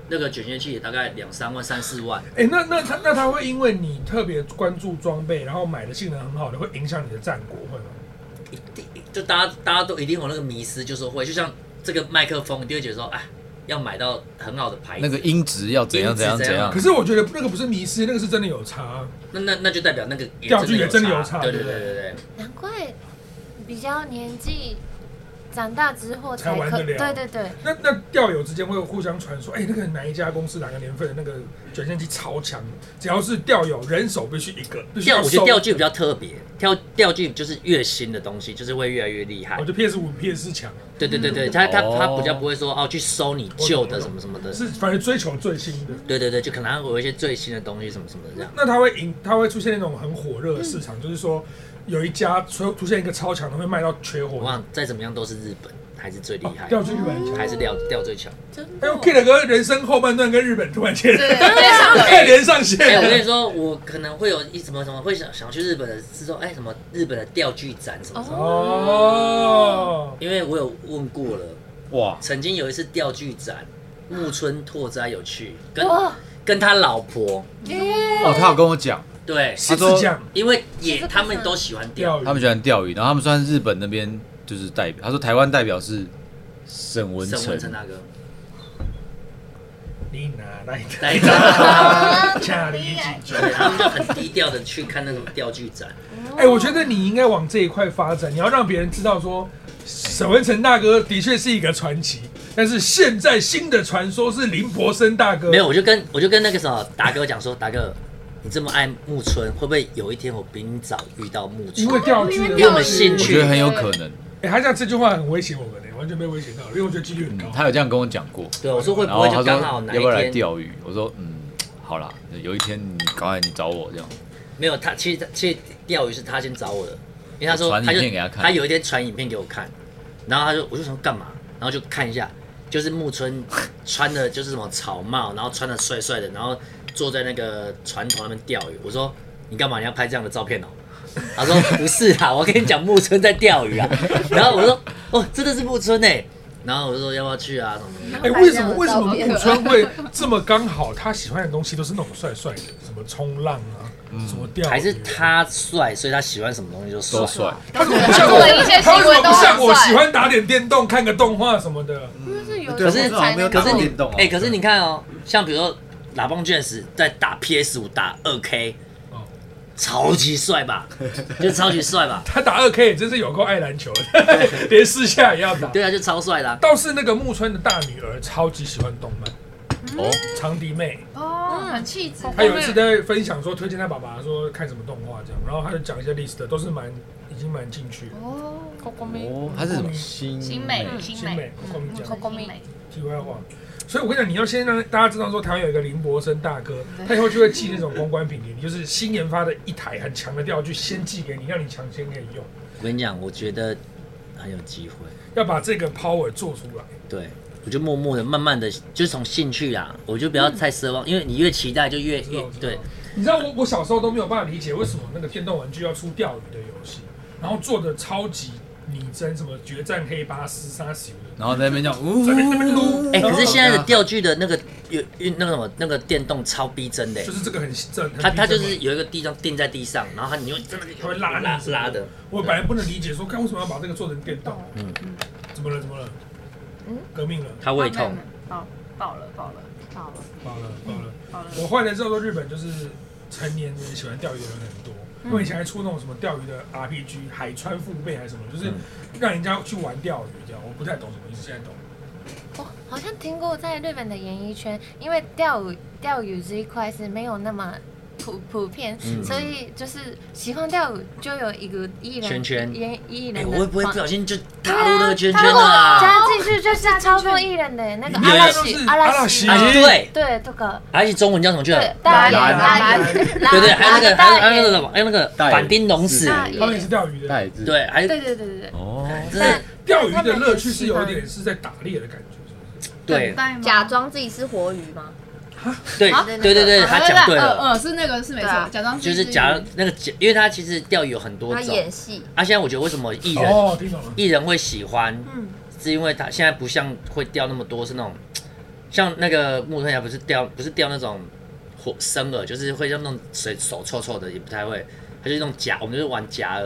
那个卷线器也大概两三万、三四万。
哎，那那他那他会因为你特别关注装备，然后买的性能很好的，会影响你的战果会吗？
一定就大家大家都一定有那个迷失，就说会，就像这个麦克风，你就会觉得说，哎，要买到很好的牌子，
那个音质要怎样怎样
音质
怎
怎
样
样？
可是我觉得那个不是迷失，那个是真的有差。
那那那就代表那个
钓具也真的有差
对
对
对
不
对
对
对对，
难怪比较年纪长大之后
才玩
可，
得了
对对对，
那那钓友之间会互相传说，哎，那个哪一家公司哪个年份的那个卷线机超强，只要是钓友人手必须一个，必须
钓
要
我觉得
收。
钓具比较特别，钓钓具就是越新的东西，就是会越来越厉害
我觉。得 PS 五、PS 四强啊，
对对对对，他他
哦
他比较不会说哦去收你旧
哦
的什么什么的，
是反正追求最新的。
对对对，就可能会有一些最新的东西什么什么的这样。
那它会引，它会出现那种很火热的市场，就是说有一家出出现一个超强的会卖到缺
我
货。
想再怎么样都是日本还是最厉害，
掉去哦日本很强。
还是钓钓最强。
真
哎
的
呦，Kid 哥人生后半段跟日本突然间
对，非常
快 连上
哎、我跟
线
你说，我可能会有一什么什么会想想去日本的，是说哎、什么日本的钓具展什么什么，
哦。
因为我有问过了，
哇，
曾经有一次钓具展，木村拓哉有去，跟
哇
跟他老婆，嗯
哦，他有跟我讲，
对，
狮子
说
酱
因为
其
也
实不
他们
是
都喜欢钓，
钓鱼
他，们喜欢钓鱼，然后他们算日本那边就是代表，他说台湾代表是沈文
沈
成
文成，啊大哥，
你哪来的？
来一 张，
恰里几句。
对他们就很低调的去看那种钓具展，
哎、我觉得你应该往这一块发展，你要让别人知道说，沈文成大哥的确是一个传奇，但是现在新的传说是林柏森大哥。
没有，我就跟我就跟那个什么达哥讲说，达哥，你这么爱木村，会不会有一天我比你早遇到木村？
因为钓具的
因
为我们兴
我
趣
觉得很有可能，
哎、他讲这句话很威胁我们呢、完全被威胁到了，因为我觉得几率
嗯
很高。
嗯他有这样跟我讲过，
对，哦我说会
然
不
后
会
他
就
说
刚好
要
哪
不要来
一天？
钓鱼，我说嗯，好啦，有一天你赶快你找我这样，
没有，他其实他其实钓鱼是他先找我的，因为他说
传
他就
影片给他看
有一天传影片给我看，然后他就我就想干嘛，然后就看一下，就是木村穿的就是什么草帽，然后穿的帅帅的，然后坐在那个船头那边钓鱼。我说你干嘛？你要拍这样的照片 哦？他说不是啊，我跟你讲木村在钓鱼啊。然后我说哦，真的是木村哎、然后我就说要不要去啊什么的。
哎、为什么为什么木村会这么刚好？他喜欢的东西都是那种帅帅的，什么冲浪啊，什么钓鱼啊，
嗯还是他帅，所以他喜欢什么东西就帅。
都帅，
他怎么不像我？
做一些
他为
行
什
为
么
都
不
很
像我
帅
喜欢打点电动、看个动画什么的？
对
可是
我好像没有
可
打
是
过
你
电动哦
哎、可是你看哦，像比如说拉邦卷时在打 PS 五打二 K，
哦
超级帅吧，就超级帅吧，
他打二 K 也真是有够爱篮球的， 连私下也要打。
对啊，就超帅啦、
倒是那个木村的大女儿超级喜欢动漫，
哦，
长笛妹。
哦，很气质。
她有一次在分享说推荐她爸爸说看什么动画这样，然后她就讲一些 list，都是蛮已经蛮进去的。
哦，
哦，他是什么新
新美新
嗯新美，嗯我跟
嗯
你讲
新美，
题外话。所以我跟你讲，你要先让大家知道说台湾有一个林柏森大哥，他以后就会寄那种公关品给你，就是新研发的一台很强的钓具，先寄给你，让你抢先可以用，
我跟你讲，我觉得很有机会，
要把这个 power 做出来。
对。我就默默的、慢慢的，就是从兴趣啦，我就不要太奢望，因为你越期待就越
知道
越
我知道
对，
你知道我我小时候都没有办法理解为什么那个电动玩具要出钓鱼的游戏，然后做的超级拟真，什么决战黑巴斯杀死的，
然后在那边讲，呜
在那边 撸
哎、可是现在的
啊
钓具的那个有有那个什么那个电动超逼真的、欸，
就是这个很正，很
它它就
逼
是
真嘛
有一个地上钉在地上，然后它你又真的
它会拉
拉
你
拉的，
我本来不能理解说，看为什么要把这个做成电动？
嗯
怎么了？怎么了？革命了，
它胃痛。
好，爆了，爆了，
好了，
爆了，爆了！
爆了。
我后来才知道说，日本就是成年人喜欢钓鱼的人很多，因为以前还出那种什么钓鱼的 RPG，海川父辈还是什么，
嗯
就是让人家去玩钓鱼这样。我不太懂什么意思，现在懂。
我好像听过在日本的演艺圈，因为钓鱼钓鱼这一块是没有那么普普遍，
嗯
所以就是喜欢钓鱼就有一个艺人
圈圈
演艺
哎、
人的
我会不会不
方
小心就打
对
入那
啊
个圈圈
他如
了
果
啊？
加进去就是超过艺人的那个
里面
阿
的
拉
都
西
是
拉
阿拉
啊，
西
对，
对这个
而且中文叫什么去了？啊
对大爷
拉爷
大
拉
爷，
对对，还有那个，还有还有那个
个
什么，还有那个
大爷
板钉龙
是
死，
大
他们也
爷
是，钓鱼的，
袋子，
对，还
对对对对对，
哦，
真的
钓鱼的乐趣是有点是在打猎的感觉，是不是？
对
假装自己是活鱼吗？
对
啊
对对对，他讲对了，
呃，是那个是没错，假装
就是假那个，因为他其实钓鱼有很多
他
种。
演戏，
啊，现在我觉得为什么艺人
哦，听懂了。
艺人会喜欢，
嗯
是因为他现在不像会钓那么多，是那种像那个木村雅不是钓不是钓那种火生饵，就是会像那种水手臭臭的，也不太会，他就是那种假，我们就是玩假饵，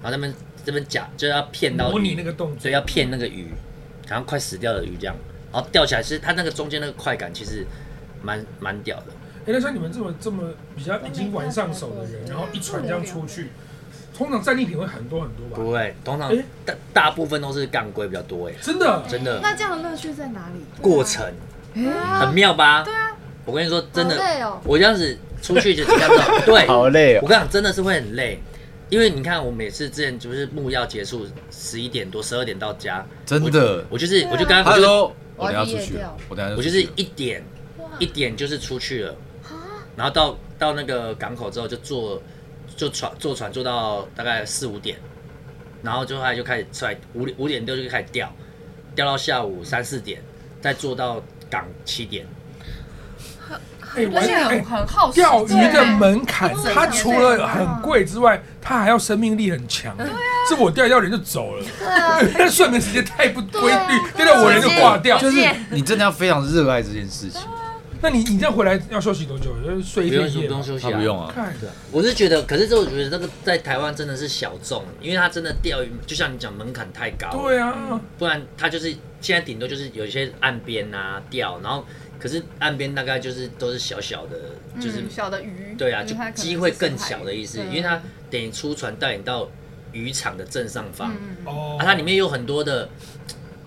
然后他们这边假就是要骗到
模拟
鱼
那个动作
所以要骗那个鱼，好像快死掉的鱼这样，然后钓起来，其实它那个中间那个快感其实蛮蛮屌的。
哎、那像你们这么这么比较已经玩上手的
啊
人，然后一船这样出去，通常战利品会很多很多吧？
不会，通常
诶
大大部分都是杠龟比较多哎，
真的，
真的
那这样的乐趣在哪里？
过程很妙吧？对啊，我跟你说真的
好，累哦，
我这样子出去就这样子，对，
好累
我
哦，
跟你讲，真的是会很累，因为你看我每次之前就是木曜结束十一点多、十二点到家，
真的，
我就是我就刚刚
他
我就
说我等下出去了，我等下
我
呃出
就是
去了，
一点一点就是出去了，然后到到那个港口之后就坐就船坐船坐到大概四五点，然后就后来就开始出来五点五点六就开始钓，钓到下午三四点，再坐到港七点。
哎，
而
玩
且
哎
很很好奇
钓鱼的
对啊
门槛，
对
它除了很贵之外，它还要生命力很强。
啊
是我钓一钓人就走了， 那睡眠时间太不规
啊
律，钓到我人就挂掉。
啊
啊
就是你真的要非常热爱这件事情，
那你你这样回来要休息多久？就是睡一
不用
天
不
一夜吗
用。休息
哎他
啊，
不用啊，
看，
我是觉得，可是这我觉得这个在台湾真的是小众，因为它真的钓鱼，就像你讲门槛太高，
对啊，
不然它就是现在顶多就是有一些岸边啊钓，然后可是岸边大概就是都是小小的，就是、
嗯小的鱼，
对啊，
因
就
为它可能是
机会更小的意思，
深海
因为它等于出船带你到渔场的正上方，
嗯
哦
啊，它里面有很多的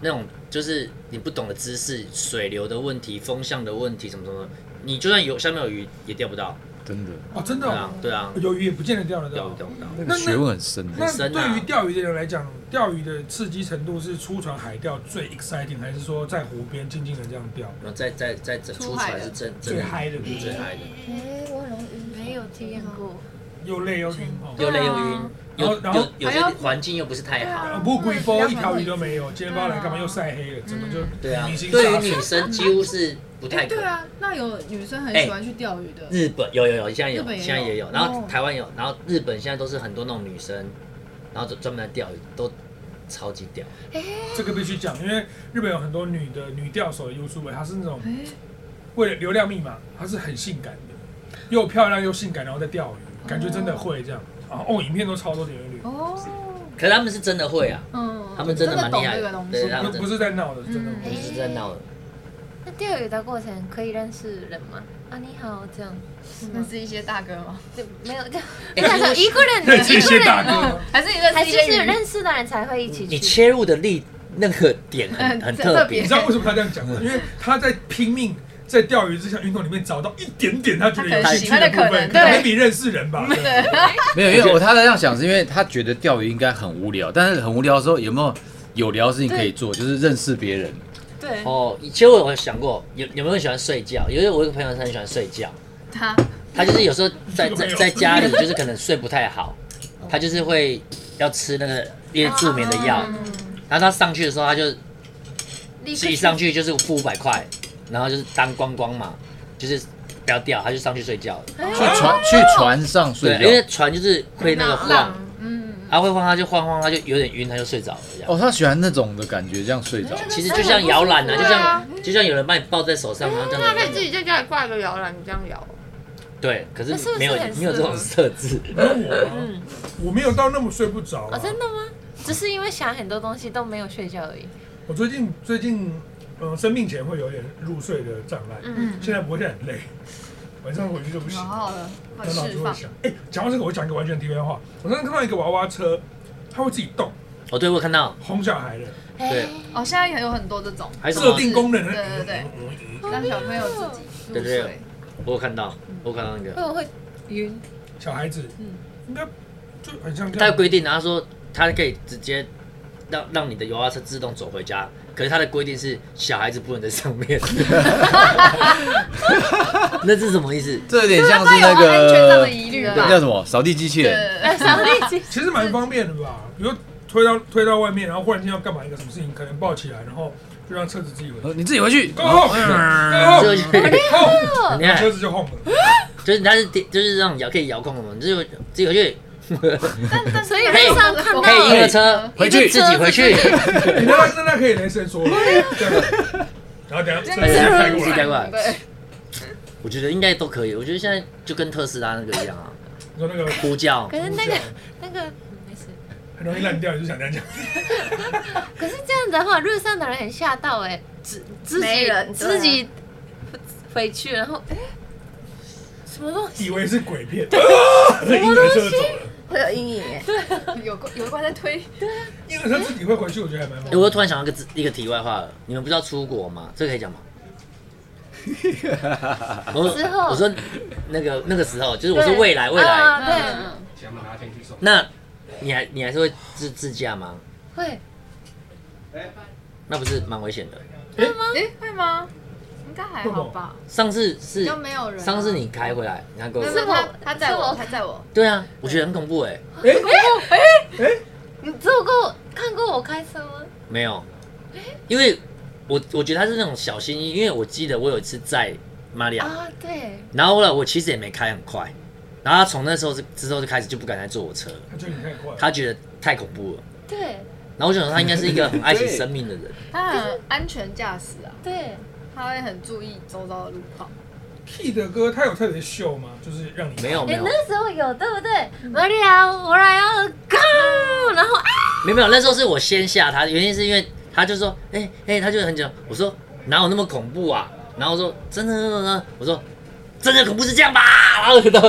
那种就是你不懂的知识，水流的问题、风向的问题，什么什么，你就算有下面有鱼也钓不到，
真的，
哦，真的哦
对啊，对啊，
有鱼也不见得钓得
钓
到
不。钓不到。
那
那
个学问很深的。
那
深啊
对于钓鱼的人来讲，钓鱼的刺激程度是出船海钓最 exciting，还是说在湖边静静的这样钓
然后再再再整
出
出
海
船
的
是正正
最嗨的对不
最
对？
嗨的，
哎，我容易
没有体验过，
又累又晕哦。
又累又晕，又
然后
又有些环境又不是太
呃
好，
不龟波一条鱼都没有，今天不知道来干嘛又晒黑了，整个就
对啊
明星，
对于
杀手
女生几乎是不太
哎，
可
对
能。
啊，那有女生很喜欢去钓鱼的，
日本有有有，现在有
日本也有
现在也有，然后台湾有，然后日本现在都是很多那种女生，然后就专门来钓鱼，都超级屌。
这个必须讲，因为日本有很多女的女钓手的 YouTuber，她是那种
哎，
为了流量密码，她是很性感的，又漂亮又性感，然后再钓鱼，感觉真的会这样。啊哦，影片都超多点阅率，
哦，
可是他们是真的会啊，
嗯，
他们真的蛮厉
懂
害
这个
的
东，
对，
西，
他们
不
真
不
的
是在闹的，真的
不是在闹的。
那钓鱼的过程可以认识人吗？啊，你好，这样是
那
吗？
是一些大哥吗？
就没有这样，
哎
我想说
其实
一个人
对
的，
这
一个
些大
人的，
哥，
还是你认识
还
一
是
些
是
鱼
认识的人才会一起
你
去？
切入的力那个点很
嗯
很
这
特
特
别
别
你知，道为什么她这样讲吗？因为她在拼命在钓鱼这项运动里面找到一点点她觉得有兴趣部
她可
分，
能喜欢的可能
可能
对嗯
maybe 认识人吧。
没有，因为我他在这样想，是因为他觉得钓鱼应该很无聊，但是很无聊的时候有没有有聊的事情可以做，就是认识别人。
对，
哦。以前我有想过，有有没有人喜欢睡觉？有有我有个朋友他很喜欢睡觉，
他
他就是有时候在
这个
在
没有
在家里，就是可能睡不太好，他就是会要吃那个夜助眠的药，
嗯
然后他上去的时候，他就
立刻
一上去就是付五百块，然后就是当光光嘛，就是不要掉，他就上去睡觉了。
去船去船上睡
哦对，因为
觉。
船就是会那个晃，
嗯，
啊会晃，他就晃晃，他就有点晕，他就睡着了这样。
哦，他喜欢那种的感觉，这样睡着。
其实就像摇篮啊，就
对啊
像就像有人把你抱在手上，然后这
他可以
样
自
子。
己在家里挂一个摇篮，你这样摇，
对，可是
那是不是
没有
很
没有这种设置。
我吗
嗯
我没有到那么睡不着啊
哦，真的吗？只是因为想很多东西都没有睡觉而已。
我最近最近，嗯、生病前会有点入睡的障碍，
嗯
现在不会，现在很累，晚上回去就不行，
好好的，很
头脑
哦释
就会
放。
想。哎、讲到这个，我讲一个完全题外话。我刚刚看到一个娃娃车，它会自己动，
哦，对，我有看到，
哄小孩的，
对，
哦，现在有很多这种，
还是什
设
么
定功能。嗯
对对对让小朋友自己
对
入
对
睡。
我有看到，我有看到那个。
会不会
晕，
小孩子，应该就很像这
他有
样。
规定啊，他说他可以直接让让你的油压车自动走回家，可是他的规定是小孩子不能在上 面。那是什么意思？
这有点像是
有
那
安全上的
个
疑虑
那
吧？
叫什么扫地机器
对
人，
其实蛮方便的吧？比如推到推到外面，然后忽然间要干嘛一个什么事情，可能抱起来，然后就让车子自己回去。
呃你自己回去。
Go home，
哦
这个
go
哦嗯就哎
home，
很厉
然后车
害，
子就 home 了。
就是他是就是让遥可以遥控的嘛，你就自己回去，
所以路上看
可以
到
婴儿车
回去
哦自己回去，
你那那那可以雷神说了，这样然后等下车
对
子就开
自
过
己带
来。
过来。
对，
我觉得应该都可以，我觉得现在就跟特斯拉那个一样啊，
你说那个
呼叫
可是那个
啊
那个没事。
很容易烂掉，你就想这样讲。
可是这样的话，路上的人很吓到哎、自自
没
己
人对啊啊
自己回去，然后哎、什么东西？
以为是鬼 片，那婴儿车走了，
会有阴影哎。
有个有关在推，
婴儿车自己会回去，我觉得还蛮好
欸、。我又突然想到一个字一个题外话了，你们不是要出国吗？这个可以讲吗？
哦
我
之后
我说那个那个时候，就是我说未来未来，
啊、
嗯，
那你还你还是会自自驾吗？
对，会
那不是蛮危险的。
哎，会吗？应该还好吧，
上次是
就没有人啊
上次你开回来，你还跟我
没有没
说，
有他他载我，他载我，
对啊，我觉得很恐怖哎、
哎哎哎，
你坐过看过我开车吗？
没有，因为我我觉得他是那种小心翼翼，因为我记得我有一次载玛利亚，
啊，对，
然后呢，我其实也没开很快，然后他从那时候是之后就开始就不敢再坐我车了，
他觉得你太快了，
他觉得太恐怖了。
对，
然后我想说他应该是一个很爱惜生命的人，
他很安全驾驶啊，
对，
他会很注意周遭的路况。
Key 的歌他有特别秀吗？就是让你
没有没
哎，
有
那时候有对不对？玛利亚，我来要 go，然后啊，
没有没有，那时候是我先吓他，原因是因为他就说，哎、哎、他就很紧张。我说哪有那么恐怖啊？然后我说真的真的真的，我说真的恐怖是这样吧？然后就 到
可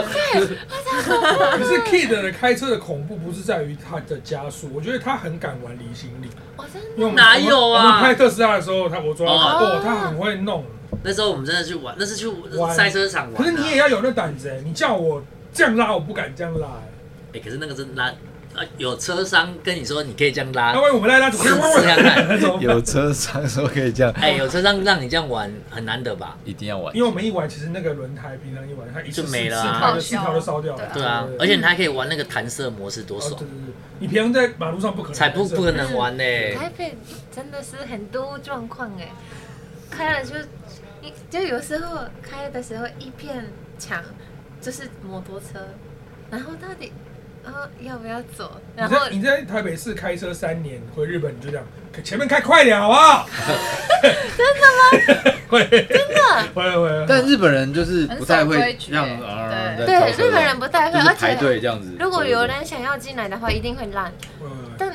是 Kid 的开车的恐怖不是在于他的加速，我觉得他很敢玩离心力。
我真
因为我们
哪有啊
我们拍特斯拉的时候，他我抓他，
哦
哦，他很会弄。
那时候我们真的去玩，那是去
玩
赛车场玩、啊。
可是你也要有那胆子哎，你叫我这样拉，我不敢这样拉哎。
哎、可是那个真拉，啊，有车商跟你说你可以这样 拉
那，万一我们拉拉，怎么
试试看看。
怎么办
有车上说可以这样，
哎、有车商让你这样玩很难得吧？
一定要玩
因。为我们一玩，其实那个轮胎平常一玩，它一次
就没了
四
啊
条就四条都烧掉了。
对啊，而且你还可以玩那个弹射模式，
嗯
多
哦
爽
对！对对，你平常在马路上不可能
才不不可能玩呢、
台北真的是很多状况哎，开了就一就有时候开的时候一片墙就是摩托车，然后到底呃要不要走？
你
然后
在你在台北市开车三年，回日本你就这样，前面开快点好不 好？真的吗？ 会，真的会会。
但日本人就是不太
很守规
会
矩
让
欸
啊，
对
在
对
超车
日本人不太会，
就是
而
排队
且
这样子。
如果有人想要进来的话，一定会让。
会会
但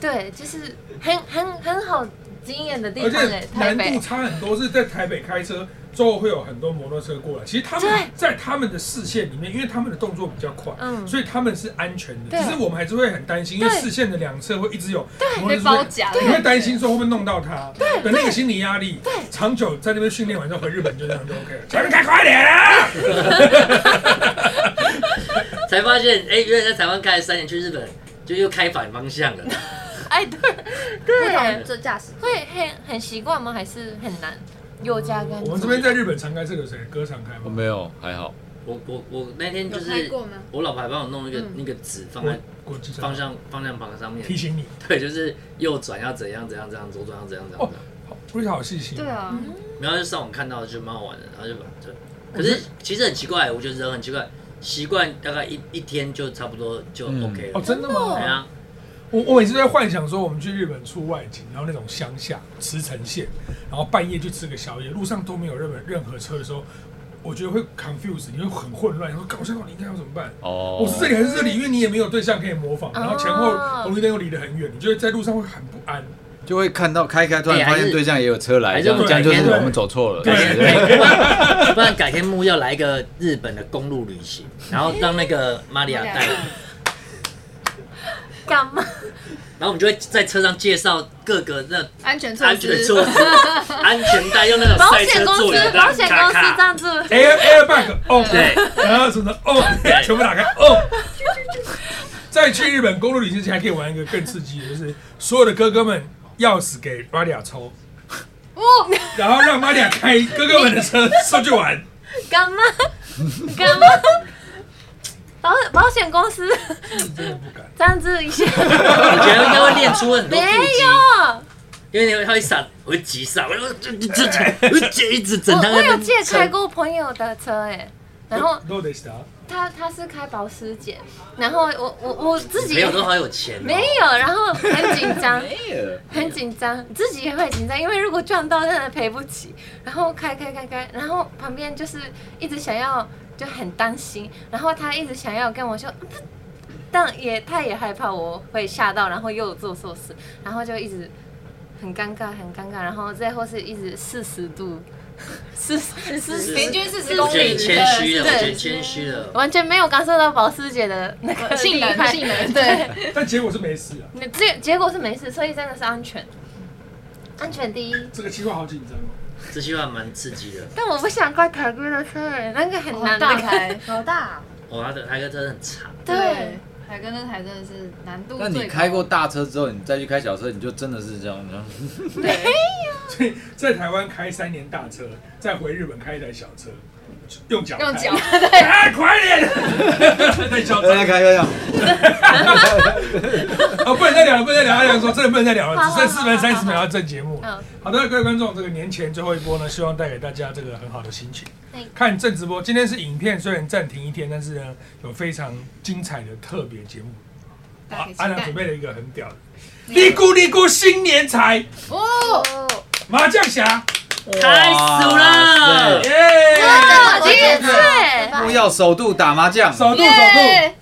对，就是很很很好经验的地
而
方哎，
且
台
难
北
度差很多，是在台北开车之后会有很多摩托车过来。其实他们
对
在他们的视线里面，因为他们的动作比较快，
嗯
所以他们是安全的。
对
只是我们还是会很担心，因为
对
视线的两侧会一直有摩托
被
车
包
会。
夹，
你会担心说会不会弄到他的那个心理压力
对，
长久在那边训练完之后回日本就这样就 OK 了，前面开快点啊！
才发现，哎、原来在台湾开了三年，去日本就又开反方向了。
哎对
不同
对，
这驾驶
会很很习惯吗？还是很难？右加跟
我们这边在日本常开这个谁歌常开
哦
我
吗？
没有，还好。
我我我那天就
有开
是
过吗？
我老婆还帮我弄一个、
嗯
那个纸放
国
在
国际车
方向方向盘上面，
提醒你，
对，就是右转要怎样怎样怎样，左转要怎样怎
哦
样怎样。
不是好细心。
对啊，
然后就上网看到就蛮好玩的，然后就把就，可是其实很奇怪，我觉得人很奇怪，习惯大概一一天就差不多就
嗯
OK
哦，
了。
真的吗？
对啊，
我我每次都在幻想说，我们去日本出外景，然后那种乡下茨城县，然后半夜去吃个宵夜，路上都没有任何任何车的时候，我觉得会 confuse，你会很混乱，然后搞笑到底应该要怎么办？
哦
我是这里还是这里？因为你也没有对象可以模仿，然后前后
哦
红绿灯又离得很远，你就会在路上会很不安。
就会看到开开，突
哎
然
还
发
是
现对象也有车
还
来，
是
这样
对
这样就是
对
我们走错了。
对
哦
对
哎不然 不然改天木要来一个日本的公路旅行，然后让那个玛利亚带我们，
干嘛？
然后我们就会在车上介绍各个那
安全措
安全
施，
措施、安全带，用那种
保
赛
险
车
公
座椅
司，保险公
咔
司
咔
赞助，
Air airbag on，
对
然后什么 on，
对
全部打开 on。在去日本公路旅行前，还可以玩一个更刺激的，就是所有的哥哥们钥匙给玛利亚抽，
哦
然后让玛利亚开哥哥们的车出去玩。
干嘛？ 干嘛？保保险公司
真的不敢，
赞助一下，
我觉得应该会练出很多
没
腹肌，因
有，
为你会他会闪，我会急刹，我就就就就一直整他。
我我有借开过朋友的车哎、然后
どうでした？
他他是开保时捷，然后我我我自己
没有都好有钱哦，
没有，然后很紧张，
对，
很紧张，自己也会紧张，因为如果撞到真的赔不起。然后开开开开，然后旁边就是一直想要，就很担心。然后他一直想要跟我说，不但也他也害怕我会吓到，然后又做错事，然后就一直很尴尬，很尴尬。然后最后是一直四十度，四十四十
平均四十
我
公
觉得
里
你，谦虚了，我
对
觉得谦虚了。
完全没有感受到保时捷的那个
性
厉害
能性能， 对，
但结果是没事啊。
那结结果是没事，所以真的是安全，安全第一。
这个计划好紧张哦。
这句话蛮刺激的。
但我不想怪台哥的车，哎那个很难
哦
很大
的开。
台，
好大，
哦，他的他哥真的很长，
对，，
海哥那台真的是难度最
那
高。
你开过大车之后，你再去开小车，你就真的是这样， 然后
所以在台湾开三年大车，再回日本开一台小车，用脚
用
开
脚，
啊，快点！ 太嚣张
大家
了
看一下，
啊！不能再聊了，不能再聊了。阿良说真的不能再聊了，只剩四分三十秒要正节目了。
嗯，
好的，各位观众，这个年前最后一波呢，希望带给大家这个很好的心情
对。
看正直播，今天是影片虽然暂停一天，但是呢有非常精彩的特别节目。
大家可以期
阿良准
待。
备了一个很屌的，嘀咕嘀咕新年财，
哦，
麻将侠，
开始啦！
耶！
我第一次，
啊
哎
木曜首度打麻将，
首度首度，